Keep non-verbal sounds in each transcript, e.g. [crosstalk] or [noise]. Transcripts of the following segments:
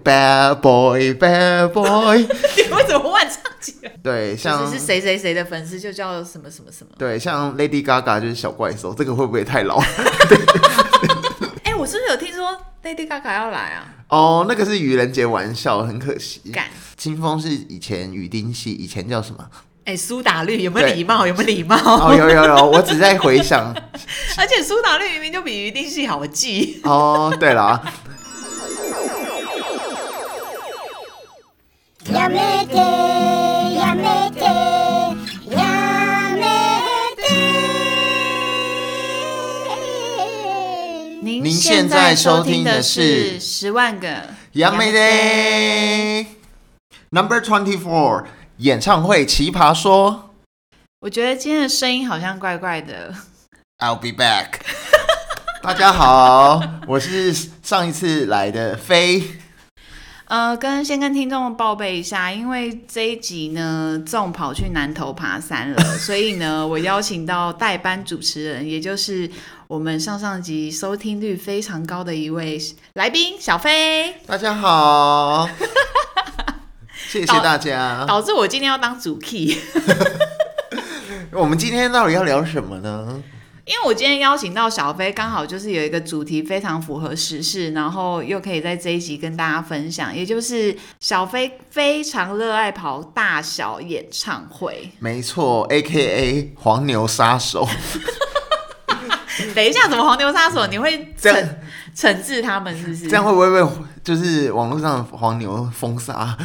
Bad boy, bad [laughs] boy，你为什么乱唱起来？对，像就是谁谁谁的粉丝就叫什么什么什么。对像 Lady Gaga 就是小怪兽，这个会不会太老？ [laughs] 哎、我是不是有听说 Lady Gaga 要来啊？哦，那个是愚人节玩笑，很可惜。干，清风是以前雨丁系，以前叫什么？哎、苏打绿有没有对礼貌？有没有礼貌？哦，有有有，我只在回想。 [laughs] 而且苏打绿明明就比于定系好记。哦，对了，やめてやめてやめて您您现在收听的是《十万个杨梅的 Number Twenty Four 演唱会奇葩说我觉得今天的声音好像怪怪的。 ，I'll be back。大家好，我是上一次来的飞。呃，跟先跟听众报备一下，因为这一集呢，纵跑去南头爬山了，所以呢，我邀请到代班主持人，也就是我们上上集收听率非常高的一位来宾小飞，大家好， [laughs] 谢谢导大家。导致我今天要当主 key。我们今天到底要聊什么呢？因为我今天邀请到小飞，刚好就是有一个主题非常符合时事，然后又可以在这一集跟大家分享，也就是小飞非常热爱跑大小演唱会。没错，A K A 黄牛杀 [laughs] 手，嗯等一下，怎么黄牛杀手？你会这样惩惩治他们是不是？这样会不会被就是网络上的黄牛封杀？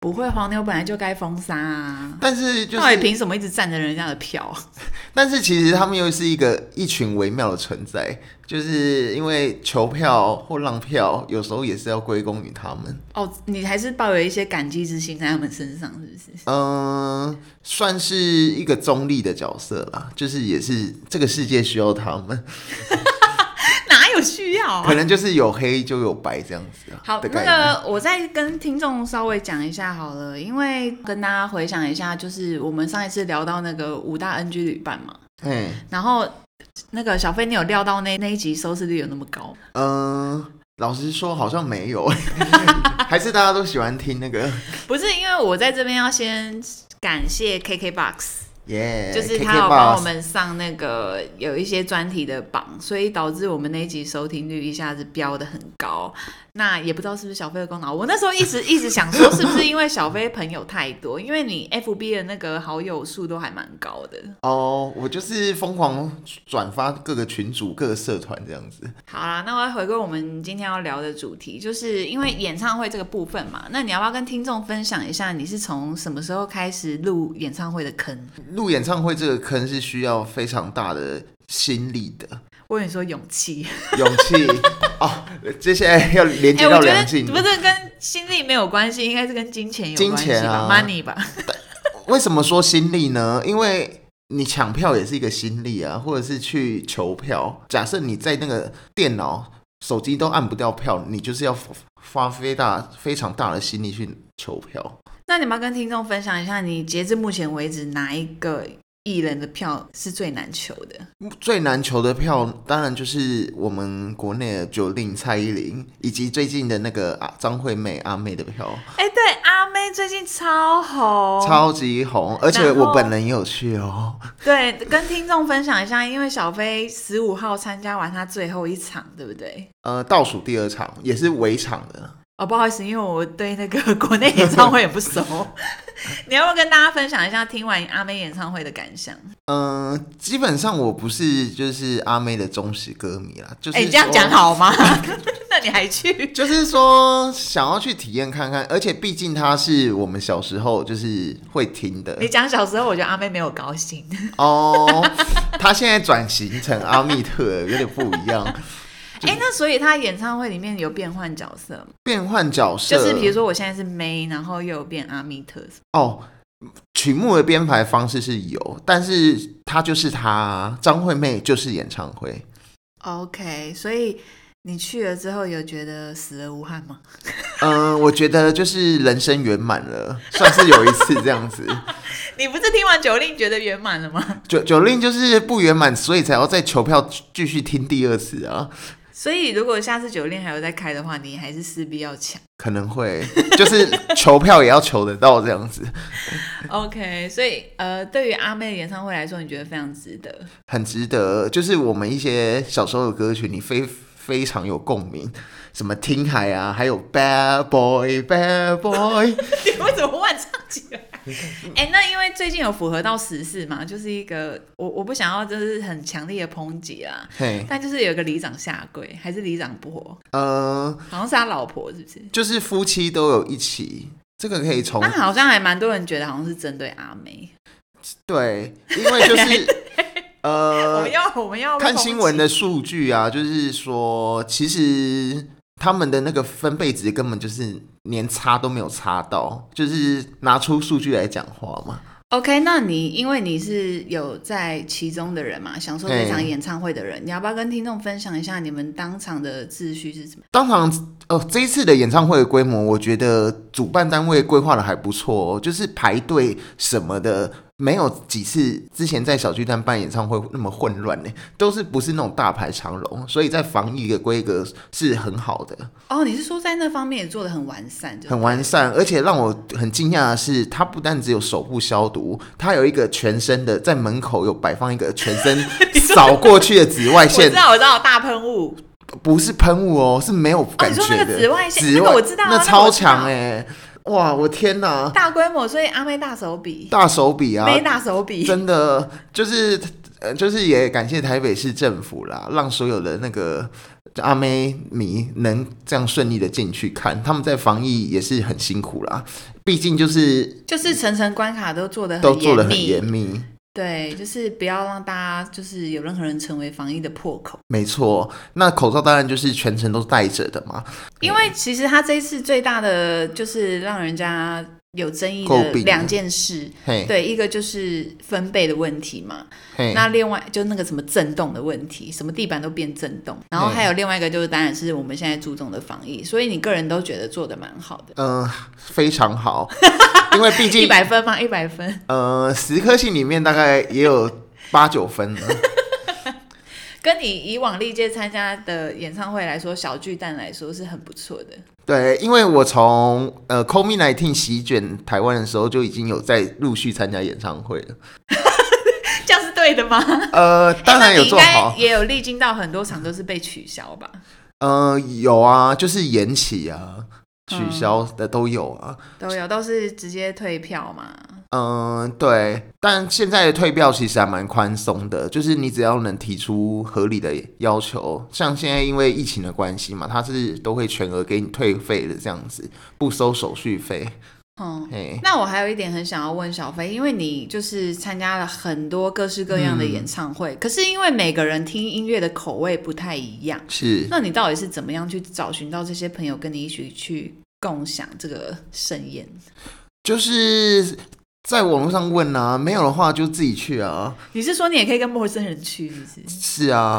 不会，黄牛本来就该封杀啊。但是就到底是，凭什么一直占着人家的票？ [laughs] 但是其实他们又是一个一群微妙的存在，就是因为球票或浪票，有时候也是要归功于他们。哦，你还是抱有一些感激之心在他们身上，是不是？ [laughs] 嗯，算是一个中立的角色啦，就是也是这个世界需要他们，哪有需要啊 [laughs] 可？能就是有黑就有白这样子啊。好，的概那念个我再跟听众稍微讲一下好了，因为跟大家回想一下，就是我们上一次聊到那个五大 NG 旅伴嘛，哎，然后那个小飞，你有料到那那一集收视率有那么高吗？嗯、老实说好像没有， [laughs] 还是大家都喜欢听那 [laughs] 个不是，因为我在这边要先感谢 KKBOX，耶，就是他 KK 有帮我 Bus 们上那个有一些专题的榜，所以导致我们那一集收听率一下子飙得很高。那也不知道是不是小飞的功劳，我那时候一直一直想说，是不是因为小飞朋友太多？因为你 FB 的那个好友数都还蛮高的。哦，我就是疯狂转发各个群组、各个社团这样子。好啦，那我要回归我们今天要聊的主题，就是因为演唱会这个部分嘛，那你要不要跟听众分享一下，你是从什么时候开始入演唱会的坑？录演唱会这个坑是需要非常大的心力的我跟你说勇气。勇气 [laughs] 哦，接下来要连哎、接到我觉良得性。不是跟心力没有关系，应该是跟金钱有金关系钱吧、啊 m o n e y 吧。为什么说心力呢？因为你抢票也是一个心力啊，或者是去求票。假设你在那个电脑、手机都按不掉票，你就是要发发非大非常大的心力去求票。那你们要跟听众分享一下，你截至目前为止哪一个艺人的票是最难求的？最难求的票，当然就是我们国内的九令蔡依林，以及最近的那个啊张惠妹阿妹的票，哎、对，阿妹最近超红，超级红，而且哦然后我本人也有去哦。对，跟听众分享一下，因为小飞十五号参加完他最后一场，对不对？呃，倒数第二场也是围场的，哦，不好意思，因为我对那个国内演唱会也不熟， [laughs] 你要不要跟大家分享一下听完阿妹演唱会的感想？嗯、基本上我不是就是阿妹的忠实歌迷啦，就是哎、你这样说讲，好吗？ [laughs] 那你还去？就是说想要去体验看看，而且毕竟她是我们小时候就是会听的你讲小时候，我觉得阿妹没有高兴。哦。她现在转型成阿密特了，有点不一样，哎、那所以她演唱会里面有变换角色吗？变换角色，就是比如说我现在是 May，然后又有变阿密特。哦。曲目的编排方式是有，但是她就是她，张惠妹就是演唱会， OK，所以你去了之后有觉得死而无憾吗？嗯、我觉得就是人生圆满了，算是有一次这样子。你不是听完九令觉得圆满了吗？九九令就是不圆满，所以才要在球票继续听第二次啊。所以如果下次酒店还有在开的话，你还是势必要抢。可能会就是求票也要求得到这样子， OK，所以呃，对于阿妹的演唱会来说，你觉得非常值得。很值得。就是我们一些小时候的歌曲，你非非常有共鸣，什么《听海》啊，还有《Bad Boy》《Bad Boy》， [laughs] 你 [laughs] 为什么乱唱起来？哎、那因为最近有符合到时事嘛，就是一个我我不想要就是很强烈的抨击啦，嘿，但就是有一个里长下跪，还是里长婆，呃，好像是他老婆是不是？就是夫妻都有一起，这个可以从那啊好像还蛮多人觉得好像是针对阿妹。对，因为就是我呃们，要我们要看抨击新闻的数据啊，就是说，其实他们的那个分贝值根本就是连差都没有差到，就是拿出数据来讲话嘛。 OK，那你因为你是有在其中的人嘛，享受这场演唱会的人，你要不要跟听众分享一下你们当场的秩序是怎么？当场，呃，这一次的演唱会的规模，我觉得主办单位规划的还不错、哦，就是排队什么的，没有几次之前在小巨蛋办演唱会那么混乱呢，都是不是那种大排长龙，所以在防疫的规格是很好的。哦，你是说在那方面也做的很完善，就很完善，而且让我很惊讶的是，它不但只有手部消毒，它有一个全身的，在门口有摆放一个全 [laughs] 身扫过去的紫外我知线，道，我知道大喷雾，不是喷雾哦，是没有感觉哦的。你说那个紫外线紫那个我知道啊那那个超我知道强哎、哇，我天哪，大规模，所以阿妹大手笔，大手笔啊，妹大手笔，真的就是呃，就是也感谢台北市政府啦，让所有的那个阿妹迷能这样顺利的进去看，他们在防疫也是很辛苦啦，毕竟就是就是层层关卡都做的都做的很密，严密，对，就是不要让大家就是有任何人成为防疫的破口。没错。那口罩当然就是全程都戴着的嘛，因为其实他这一次最大的就是让人家有争议诟的病两件事，嘿，对，一个就是分贝的问题嘛，嘿，那另外就那个什么震动的问题，什么地板都变震动，然后还有另外一个就是当然是我们现在注重的防疫，所以你个人都觉得做的蛮好的，嗯、非常 [laughs] 好，因为毕一竟百分吗？一百分，呃，十颗星里面大概也有八九分 [laughs] 了，跟你以往历届参加的演唱会来说，小巨蛋来说是很不错的。 [laughs] 对，因为我从呃 c o m i n i t e 席卷台湾的时候就已经有在陆续参加演唱会了，这样是对的吗？呃， [laughs] 当然有做那你应好该，也有历经到很多场都是被取消吧？呃，有啊，就是延期啊、取消的都有啊，都有，都是直接退票嘛。嗯，对，但现在的退票其实还蛮宽松的，就是你只要能提出合理的要求，像现在因为疫情的关系嘛，它是都会全额给你退费的，这样子不收手续费。嗯，嘿，那我还有一点很想要问小飞，因为你就是参加了很多各式各嗯样的演唱会，可是因为每个人听音乐的口味不太一样，是，那你到底是怎么样去找寻到这些朋友跟你一起去共享这个盛宴？就是在网络上问啊，没有的话就自己去啊。你是说你也可以跟陌生人去，是不是？是啊， [laughs]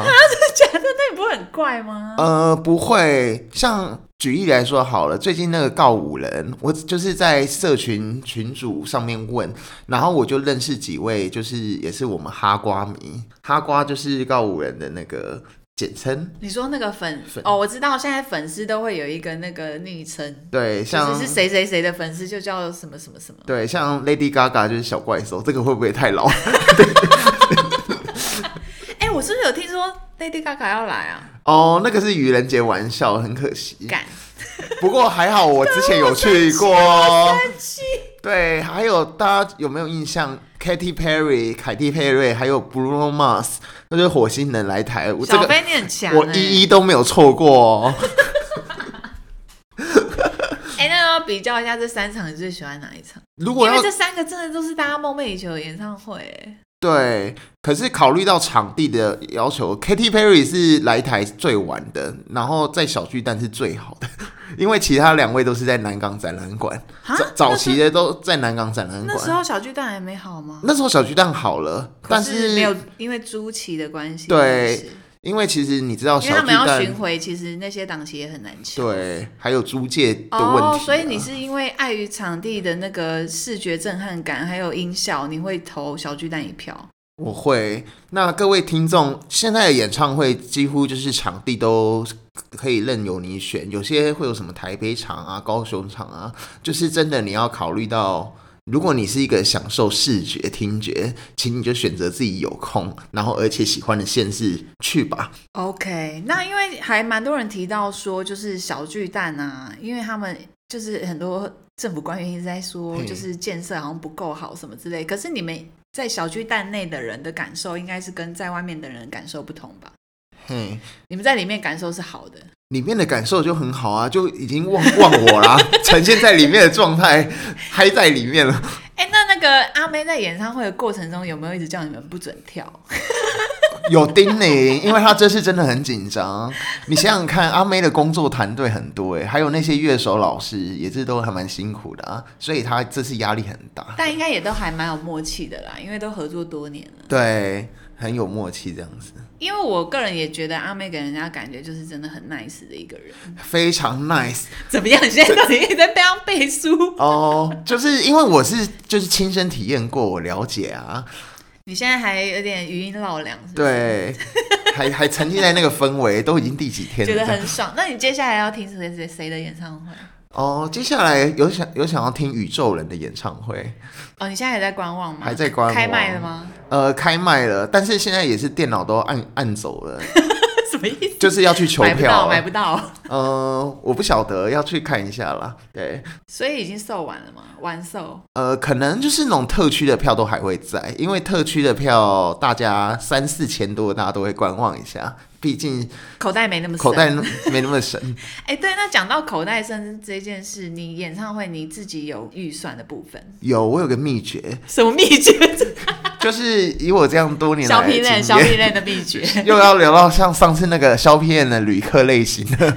假的，那你不会很怪吗？呃，不会，像举例来说好了，最近那个告五人，我就是在社群群组上面问，然后我就认识几位，就是也是我们哈瓜迷，哈瓜就是告五人的那个简称，你说那个粉粉哦，我知道现在粉丝都会有一个那个昵称，对，就像是是谁谁谁的粉丝就叫什么什么什么。对，像 Lady Gaga 就是小怪兽，这个会不会太老？ [laughs] 哎、我是不是有听说 Lady Gaga 要来啊？哦，那个是愚人节玩笑，很可惜。敢不过还好，我之前有去过。对，还有大家有没有印象？Katy Perry、凯蒂佩瑞，还有 Bruno Mars，那就是火星人来台。我这小个飞你很强、欸，我一一都没有错过 [laughs] 哦。哎、那要比较一下这三场，你最喜欢哪一场？如果因要为这三个真的都是大家梦寐以求的演唱会、欸。对，可是考虑到场地的要求，Katy Perry 是来台最晚的，然后在小巨蛋是最好的， [laughs] 因为其他两位都是在南港展览馆，啊早早期的都在南港展览那时馆。候小巨蛋还没好吗？那时候小巨蛋好了，啊但可是没有，因为朱琪的关系，对是不是因为其实你知道因小为他巨们要蛋巡回，其实那些档期也很难抢。对，还有租借的问题、啊哦，所以你是因为碍于场地的那个视觉震撼感，还有音效，你会投小巨蛋一票。我会。那各位听众，现在的演唱会几乎就是场地都可以任由你选，有些会有什么台北场啊、高雄场啊，就是真的你要考虑到，如果你是一个享受视觉、听觉，请你就选择自己有空，然后而且喜欢的县市去吧。 OK，那因为还蛮多人提到说，就是小巨蛋啊，因为他们就是很多政府官员一直在说，嘿就是建设好像不够好什么之类。可是你们在小巨蛋内的人的感受，应该是跟在外面的人感受不同吧？嘿，你们在里面感受是好的，里面的感受就很好啊，就已经忘忘我啦， [laughs] 呈现在里面的状态，嗨在里面了。哎、那那个阿妹在演唱会的过程中有没有一直叫你们不准跳？有叮咛，因为他这次真的很紧张。你想想看，阿妹的工作团队很多哎，还有那些乐手老师也是都还蛮辛苦的啊，所以他这次压力很大。但应该也都还蛮有默契的啦，因为都合作多年了。对，很有默契这样子，因为我个人也觉得阿妹给人家感觉就是真的很 nice 的一个人。 [laughs] 非常 nice 怎么样？你现在到底一直在背上背书？ [laughs] 哦。就是因为我是就是亲身体验过，我了解啊，你现在还有点余音绕梁，是不是，对，还 [laughs] 还沉浸在那个氛围，都已经第几天了觉这得样，很爽。那你接下来要听谁谁谁的演唱会？哦，接下来有想有想要听宇宙人的演唱会，哦，你现在还在观望吗？还在观望开卖了吗？ [laughs] 呃，开卖了，但是现在也是电脑都按按走了， [laughs] 什么意思？就是要去求买不票到，了买不到， [laughs] 呃，我不晓得，要去看一下啦。对，所以已经售完了吗？完售。呃，可能就是那种特区的票都还会在，因为特区的票大家三四千多，大家都会观望一下，毕竟口袋没那么深口袋没那么 [laughs] 深。哎、对，那讲到口袋深这件事，你演唱会你自己有预算的部分， [laughs] 有，我有个秘诀，什么秘诀？就是以我这样多年小来的皮经类，验，小皮类的 [laughs] 秘诀， [laughs] 又要聊到像上次那个消皮宴的旅客类型 [laughs] 的。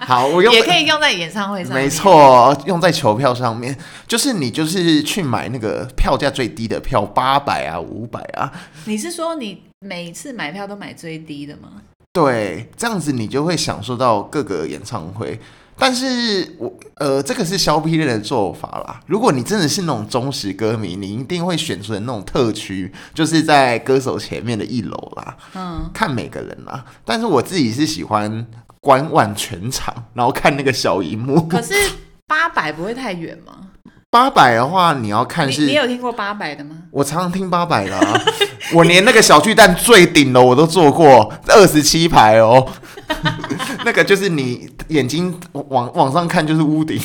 好，我用也可以用在演唱会上。没，错，用在球票上面，就是你就是去买那个票价最低的票，八百啊、五百啊，你是说你每次买票都买最低的吗？对，这样子你就会享受到各个演唱会。但是我呃，这个是消费类的做法啦。如果你真的是那种忠实歌迷，你一定会选出的那种特区，就是在歌手前面的一楼啦，嗯，看每个人啦。但是我自己是喜欢观望全场，然后看那个小荧幕。可是八百不会太远吗？八百的话，你要看你你是。有听过八百的吗？我常常听八百啦， [laughs] 我连那个小巨蛋最顶的我都坐过，二十七排哦， [laughs] 那个就是你眼睛往往上看就是屋顶，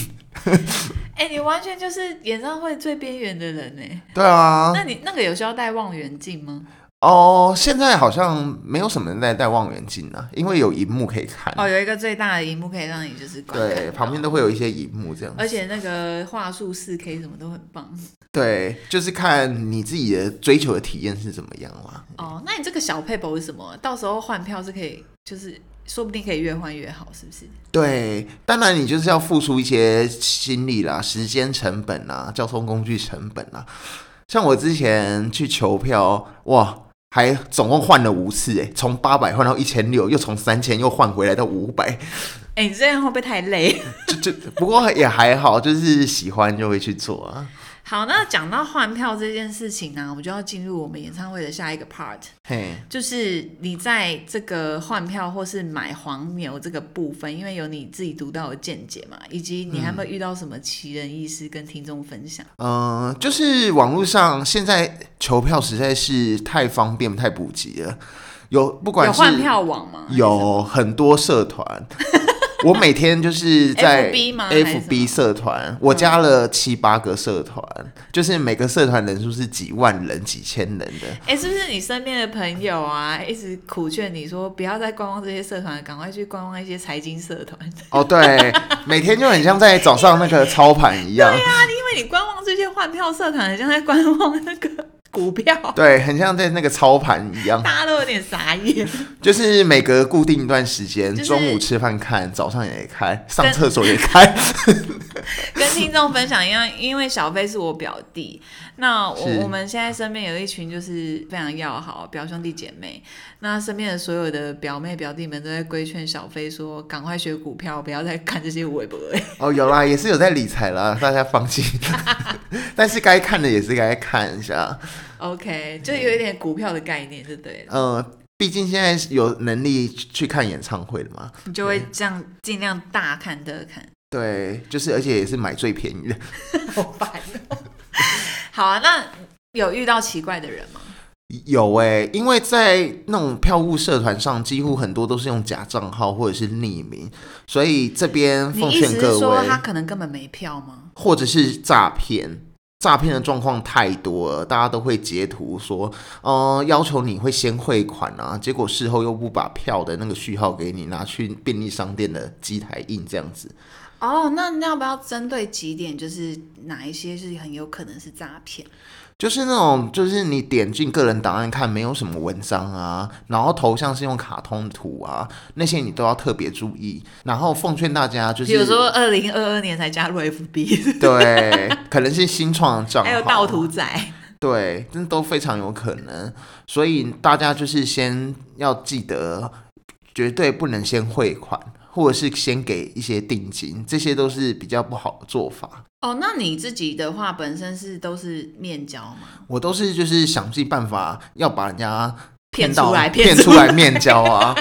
哎、你完全就是演唱会最边缘的人呢。对啊，那你那个有需要戴望远镜吗？哦，现在好像没有什么人在戴望远镜啊，因为有荧幕可以看，哦，有一个最大的荧幕可以让你就是观看对，到旁边都会有一些荧幕这样，而且那个话术四 K 什么都很棒嗯对，就是看你自己的追求的体验是怎么样啦。哦。那你这个小配博是什么？到时候换票是可以，就是说不定可以越换越好，是不是？对，当然你就是要付出一些心力啦、时间成本啦、交通工具成本啦。像我之前去求票，哇，还总共换了五次，诶，从八百换到一千六，又从三千又换回来到五百，哎、你这样会不会太累？就就不过也还好，就是喜欢就会去做啊。好，那讲到换票这件事情啊呢、我们就要进入我们演唱会的下一个 part。嘿，就是你在这个换票或是买黄牛这个部分，因为有你自己独到的见解嘛，以及你还有没有遇到什么奇人异事跟听众分享？嗯、就是网络上现在求票实在是太方便、太普及了，有不管有是换票网吗？有很多社团。我每天就是 [laughs] 在 FB 吗还是什 FB 么社团，我加了七八个社团，就是每个社团人数是几万人、几千人的。哎、是不是你身边的朋友啊，一直苦劝你说不要再观望这些社团，赶快去观望一些财经社 [laughs] 团？哦，对，每天就很像在早上那个操盘一样，啊，因为你观望这些换票社团，很像在观望那个股票， [laughs] 对，啊很像在那个操盘一样，大家都有点傻眼。就是每隔固定一段时间，就是中午吃饭看，早上也看，上厕所也看。跟听众分享一样，因为小飞是我表弟，那我是我们现在身边有一群就是非常要好表兄弟姐妹，那身边的所有的表妹表弟们都在规劝小飞说，赶快学股票，不要再看这些微博。哦，有啦，也 [laughs] 是有在理财啦，大家放心。但是该看的也是该看一下。 OK，就有一点股票的概念，就对了，呃，毕竟现在有能力去看演唱会了嘛。你就会这样尽量大看特看，对，就是而且也是买最便宜的。好烦哦。好啊，那有遇到奇怪的人吗？有哎、因为在那种票务社团上，几乎很多都是用假账号或者是匿名，所以这边你奉意劝思各是说位，他可能根本没票吗？或者是诈骗。诈骗的状况太多了，大家都会截图说，呃，要求你会先汇款啊，结果事后又不把票的那个序号给你，拿去便利商店的机台印这样子。哦，那那要不要针对几点，就是哪一些是很有可能是诈骗？就是那种，就是你点进个人档案看，没有什么文章啊，然后头像是用卡通图啊，那些你都要特别注意。然后奉劝大家，就是比如说二零二二年才加入 [laughs] FB，对，可能是新创的账号，啊还有盗图仔，对，这都非常有可能。所以大家就是先要记得，绝对不能先汇款，或者是先给一些定金，这些都是比较不好的做法。哦，那你自己的话本身是都是面交吗？我都是就是想尽办法要把人家骗到出来，骗出出 [laughs] 来面交啊，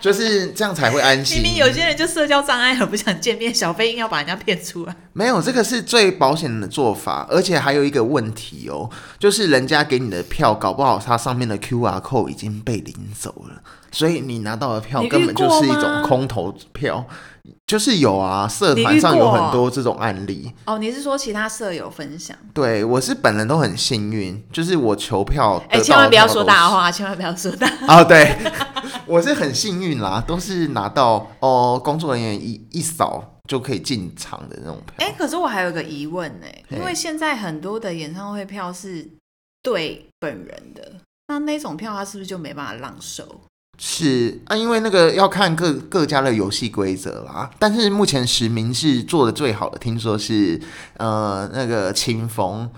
就是这样才会安明心。明有些人就社交障碍，很不想见面，小飞硬要把人家骗出来。没有，这个是最保险的做法，而且还有一个问题哦，就是人家给你的票，搞不好它上面的 QR code 已经被领走了，所以你拿到的票你遇根本就是一过吗种空头票，就是有啊，社你遇团上过有哦很多这种案例。哦，你是说其他舍友分享？对我是本人都很幸运，就是我求票得到哎、的千万不要说大票话，千万不要说大话。都是。哦，对，我是很幸运啦，都是拿到哦，工作人员一一扫就可以进场的那种票。 [laughs] 哎、可是我还有个疑问呢、欸嘿因为现在很多的演唱会票是对本人的，那那种票他是不是就没办法浪售？是啊，因为那个要看各各家的游戏规则啦。但是目前实名制做的最好的，听说是呃那个清风，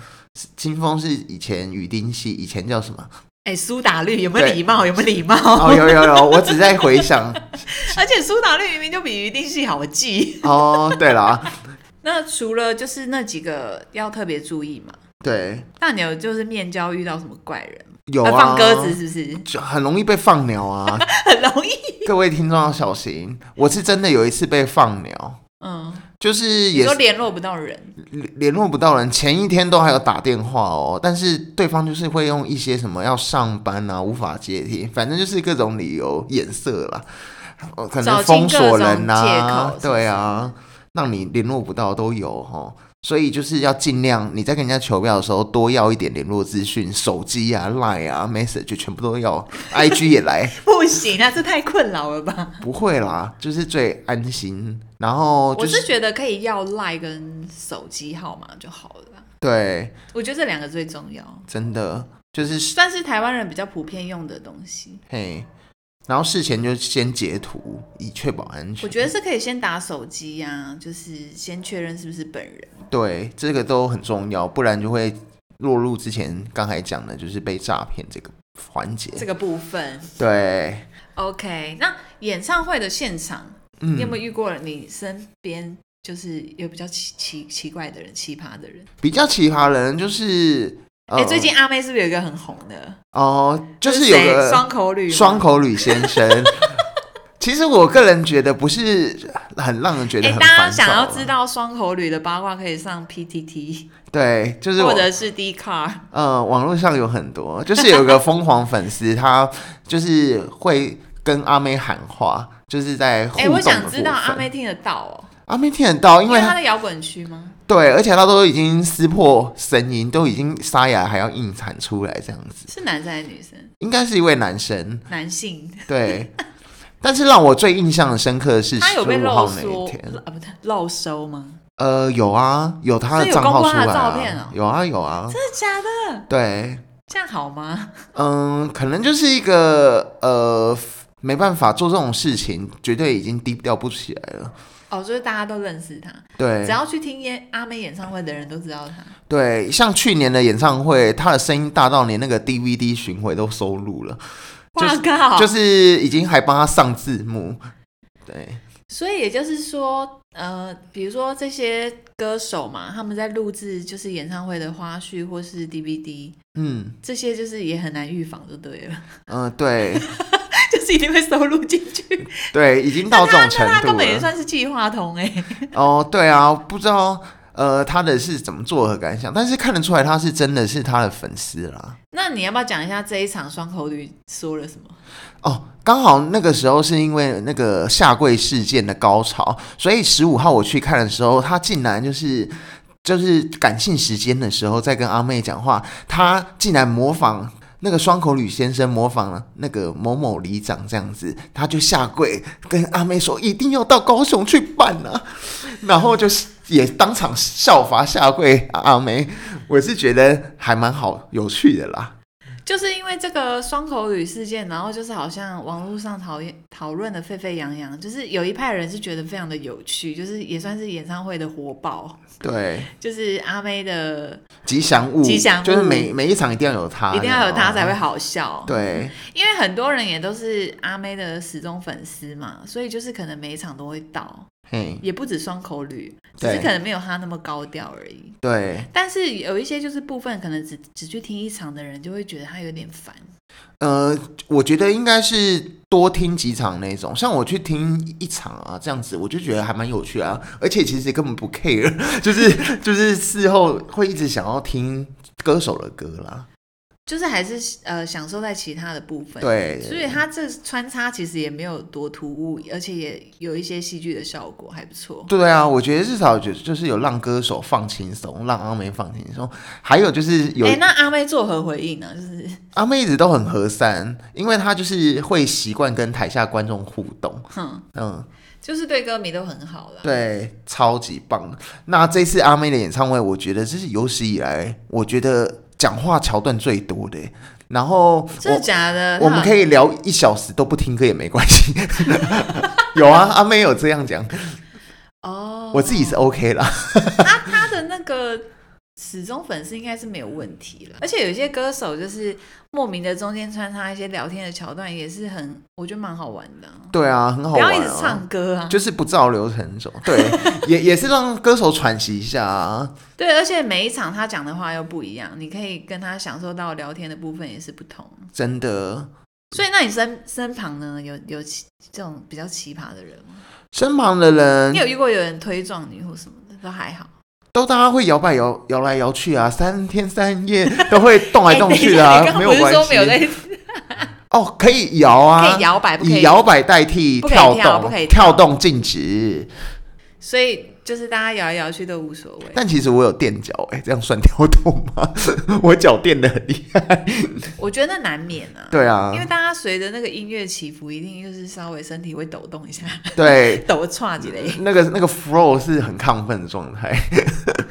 清风是以前雨丁系，以前叫什么？哎、苏打绿有没有对礼貌？有没有礼貌？哦，有有有，我只在回想。 [laughs] 而且苏打绿明明就比于定系好记。哦，对啦， [laughs] 那除了就是那几个要特别注意嘛，对，那你有就是面交遇到什么怪人吗？有呃啊，放鸽子是不是？就很容易被放鸟啊， [laughs] 很容易。各位听众要小心。我是真的有一次被放鸟，嗯，就是你也说是联络不到人，联联络不到人，前一天都还有打电话哦，但是对方就是会用一些什么要上班啊，无法接听，反正就是各种理由眼色啦，哦可找能尽封锁人各种借口呐、是不是对啊，让你联络不到都有哦。所以就是要尽量你在跟人家求票的时候多要一点联络资讯，手机啊、Line 啊、Message 全部都要，IG 也来，不行啊，这太困扰了吧？不会啦，就是最安心。然后就我是觉得可以要赖跟手机号码就好了啦。对，我觉得这两个最重要，真的就是算是台湾人比较普遍用的东西。嘿，然后事前就先截图，以确保安全。我觉得是可以先打手机呀、就是先确认是不是本人。对这个都很重要，不然就会落入之前刚才讲的，就是被诈骗这个环节。这个部分。对， OK，那演唱会的现场，嗯你有没有遇过你身边就是有比较奇奇奇怪的人、奇葩的人？比较奇葩的人就是，哎、呃最近阿妹是不是有一个很红的？哦、就是是有谁个双口女吗，双口吕先 [laughs] 生。其实我个人觉得不是很让人觉得哎、很大家烦躁啊想啦、要知道双口女的八卦，可以上 PTT 对，就是或我者是 D Car。呃，网络上有很多， [laughs] 就是有个疯狂粉丝，他就是会跟阿妹喊话，就是在互哎、动的我想知道部分阿妹，听得到哦，阿妹听得到，因因为为她他在摇滚区吗？对，而且他都已经撕破声音，都已经沙哑，还要硬产出来这样子，是男生还是女生？应该是一位男生，男性，对。 [laughs] 但是让我最印象深刻的是他十有被五漏号那说一天，啊，不对，漏收吗？呃，有啊，有他所以的有账公号布出他来的啊，照片哦有啊有啊，真的假的？对，这样好吗？嗯，可能就是一个呃，没办法做这种事情，绝对已经低调不起来了。哦，就是大家都认识他，对只，要去听演阿妹演唱会的人都知道他。对，像去年的演唱会，他的声音大到连那个 DVD 巡回都收录了，就哇是靠！就是已经还帮他上字幕。对，所以也就是说，呃，比如说这些歌手嘛，他们在录制就是演唱会的花絮或是 DVD，嗯这些就是也很难预防，就对了， [laughs] 嗯、呃对就是一定会收录进去。 [laughs] 对，已经 [laughs] 到这种程那他度根本也了。算是计划通哎、哦，对啊，不知道呃他的是怎么做何感想，但是看得出来他是真的是他的粉丝啦。 [laughs] 那你要不要讲一下这一场双口语说了什么？ [laughs] 哦，刚好那个时候是因为那个下跪事件的高潮，所以十五号我去看的时候，他竟然就是。就是感性时间的时候，在跟阿妹讲话，他竟然模仿那个双口吕先生，模仿了那个某某里长这样子，他就下跪跟阿妹说一定要到高雄去办啊， [laughs] 然后就是也当场效法下跪阿妹，我是觉得还蛮好有趣的啦。就是因为这个双口语事件，然后就是好像网络上讨厌讨论的沸沸扬扬，就是有一派人是觉得非常的有趣，就是也算是演唱会的火爆，对，就是阿妹的吉祥物，吉祥物就是每每一场一定要有它，一定要有她才会好。好笑。，啊对，因为很多人也都是阿妹的死忠粉丝嘛，所以就是可能每一场都会到，嘿，也不止双口语，只对是可能没有她那么高调而已。对，但是有一些就是部分可能只只去听一场的人，就会觉得他有点烦。呃，我觉得应该是多听几场那种，像我去听一场啊，这样子我就觉得还蛮有趣啊，而且其实根本不 care，就是 [laughs] 就是事后会一直想要听歌手的歌啦，就是还是呃享受在其他的部分。，对，所以他这穿插其实也没有多突兀，而且也有一些戏剧的效果，还不错。对啊，我觉得至少就就是有让歌手放轻松，让阿妹放轻松，还有就是有哎、那阿妹作何回应呢？就是阿妹一直都很和善，因为她就是会习惯跟台下观众互动，哼，嗯，就是对歌迷都很好啦。，对，超级棒。那这次阿妹的演唱会，我觉得这是有史以来，我觉得讲话桥段最多的。然后真的我假的？我们可以以聊一小时都不听歌也没关系。 [laughs] 有啊，阿妹有这样讲，哦，我自己是 OK 啦。他他的那个始终粉丝应该是没有问题了，而且有一些歌手就是莫名的中间穿插一些聊天的桥段，也是很我觉得蛮好玩的啊、对啊，很好不玩、啊。要一直唱歌啊！就是不照流程走，对， [laughs] 也也是让歌手喘息一下啊。对，而且每一场他讲的话又不一样，你可以跟他享受到聊天的部分也是不同。真的，所以，那你身身旁呢，有有奇这种比较奇葩的人吗？身旁的人你有遇过有人推撞你或什么的，都还好。都大家会摇摆摇摇来摇去啊，三天三夜都会动来 [laughs] 哎动等一去的、下啊，你刚刚没不有是关说没有在系。哦，可以摇啊，可以摇摆，不可以以摇。摆代替不可以跳跳动，不可以跳跳动禁止。所以就是大家摇来摇去都无所谓。但其实我有垫脚，哎，这样算跳动吗？ [laughs] 我脚垫的很厉害。我觉得那难免啊，对啊因，为大家随着那个音乐起伏，一定就是稍微身体会抖动一下， [laughs] 对，抖岔几类。那个那个 flow 是很亢奋的状态。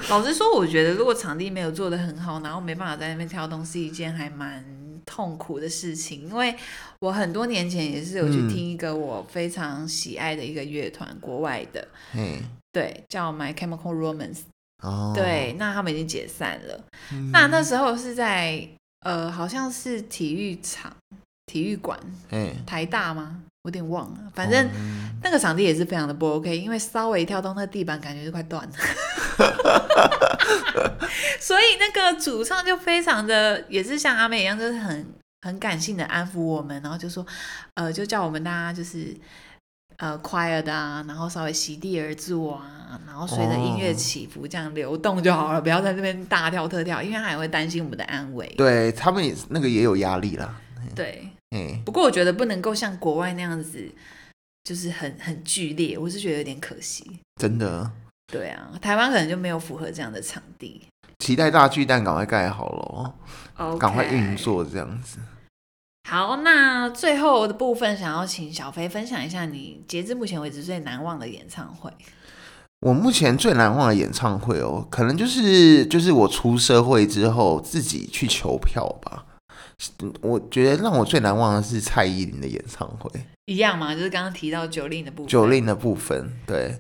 老实说，我觉得如果场地没有做得很好，然后没办法在那边跳动，是一件还蛮痛苦的事情。因为我很多年前也是有去嗯听一个我非常喜爱的一个乐团，国外的，嘿，对，叫 My Chemical Romance，、哦，对，那他们已经解散了。嗯，那那时候是在呃，好像是体育场、体育馆、嘿，台大吗？我有点忘了，反正。嗯那个场地也是非常的不 OK，因为稍微一跳动，那个地板感觉就快断了。 [laughs] 所以那个主唱就非常的，也是像阿妹一样，就是很很感性的安抚我们，然后就说，呃，就叫我们大家就是呃 quiet 啊，然后稍微席地而坐啊，然后随着音乐哦起伏这样流动就好了，不要在这边大跳特跳，因为他也会担心我们的安危。对他们也是那个也有压力啦。对，嘿，不过我觉得不能够像国外那样子，就是很很剧烈，我是觉得有点可惜。真的，对啊，台湾可能就没有符合这样的场地。期待大巨蛋赶快盖好了 o 哦，赶快运。作这样子。好，那最后的部分，想要请小飞分享一下你截至目前为止最难忘的演唱会。我目前最难忘的演唱会哦，可能就是就是我出社会之后自己去求票吧。嗯我觉得让我最难忘的是蔡依林的演唱会，一样嘛，就是刚刚提到九令的部分。九令的部分，对，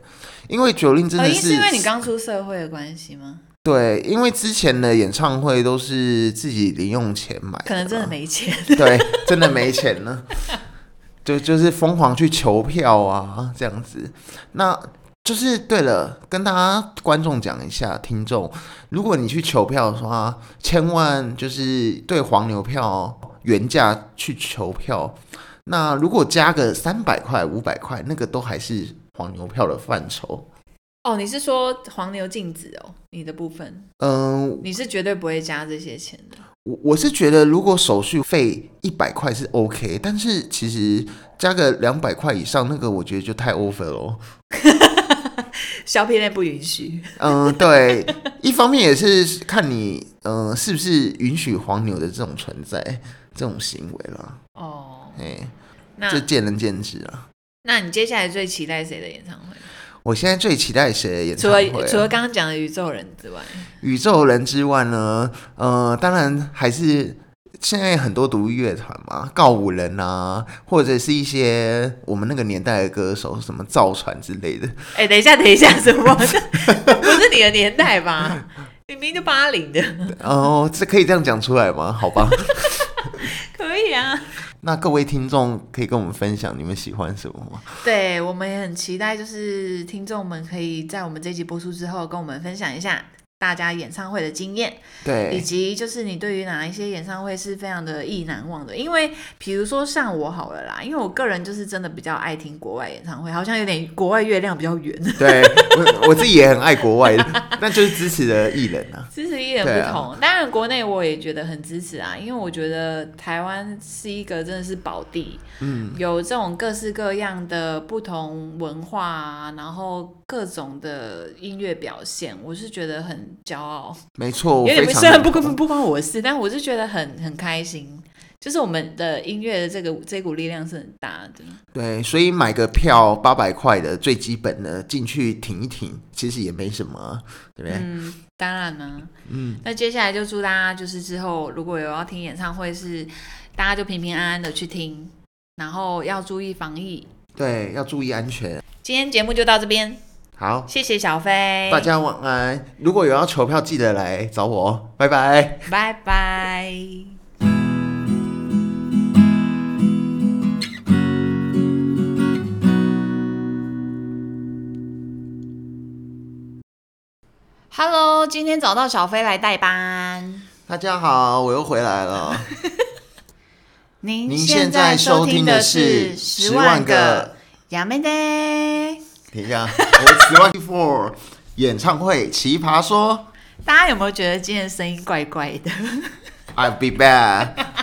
因为九令真哦，的因是是因为你刚出社会的关系吗？对，因为之前的演唱会都是自己零用钱买， [laughs] 可能真的没钱。 [laughs] 对，真的没钱了。就就是疯狂去求票啊，这样子。那就是对了，跟大家观众讲一下，听众，如果你去求票的话，千万就是对黄牛票原价去求票。那如果加个三百块、五百块，那个都还是黄牛票的范畴。哦，你是说黄牛禁止哦？你的部分，嗯，你是绝对不会加这些钱的。我我是觉得，如果手续费一百块是 OK，但是其实加个两百块以上，那个我觉得就太 over 了哦。 [laughs] 小品类不允许。嗯，对，一方面也是看你，嗯、是不是允许黄牛的这种存在、这种行为啦。哦，哎，那这见仁见智啊。那你接下来最期待谁的演唱会？我现在最期待谁的演除唱了会啊、除了刚刚讲的宇宙人之外，宇宙人之外呢，呃，当然还是现在很多独立乐团嘛，告五人啊，或者是一些我们那个年代的歌手，什么造船之类的。 [laughs] 哎、等一下，等一下， [laughs] 什么？不是你的年代吧？你明明就八零的，哦，这可以这样讲出来吗？好 [laughs] 吧，可以啊。那各位听众可以跟我们分享你们喜欢什么吗？对，我们也很期待，就是听众们可以在我们这集播出之后，跟我们分享一下大家演唱会的经验。以对，及就是你对于哪一些演唱会是非常的意难忘的，因为比如说像我好了啦，因为我个人就是真的比较爱听国外演唱会，好像有点国外月亮比较圆，对我我自己也很爱国外的， [laughs] 那就是支持的艺人啊。支持一点对不啊同。当然国内我也觉得很支持啊，因为我觉得台湾是一个真的是宝地，嗯，有这种各式各样的不同文化啊，然后各种的音乐表现，我是觉得很骄傲。没错，我有点非不常虽然不认不同不关我的事，但我是觉得很很开心，就是我们的音乐的这个这股力量是很大的。对，所以买个票八百块的最基本的进去挺一挺，其实也没什么啊，对不对？嗯，当然呢、嗯，那接下来就祝大家就是之后如果有要听演唱会是，大家就平平安安的去听，然后要注意防疫。对，要注意安全。今天节目就到这边，好，谢谢小飞，大家晚安。如果有要求票，记得来找我哦，拜拜。拜拜。Hello，今天找到小飞来代班。大家好，我又回来了。您您现在收听的是十十万万个个亚美得。等一下，我十万 four 演唱会，奇葩说大家有没有觉得今天的声音怪怪的？ ，I'll be back。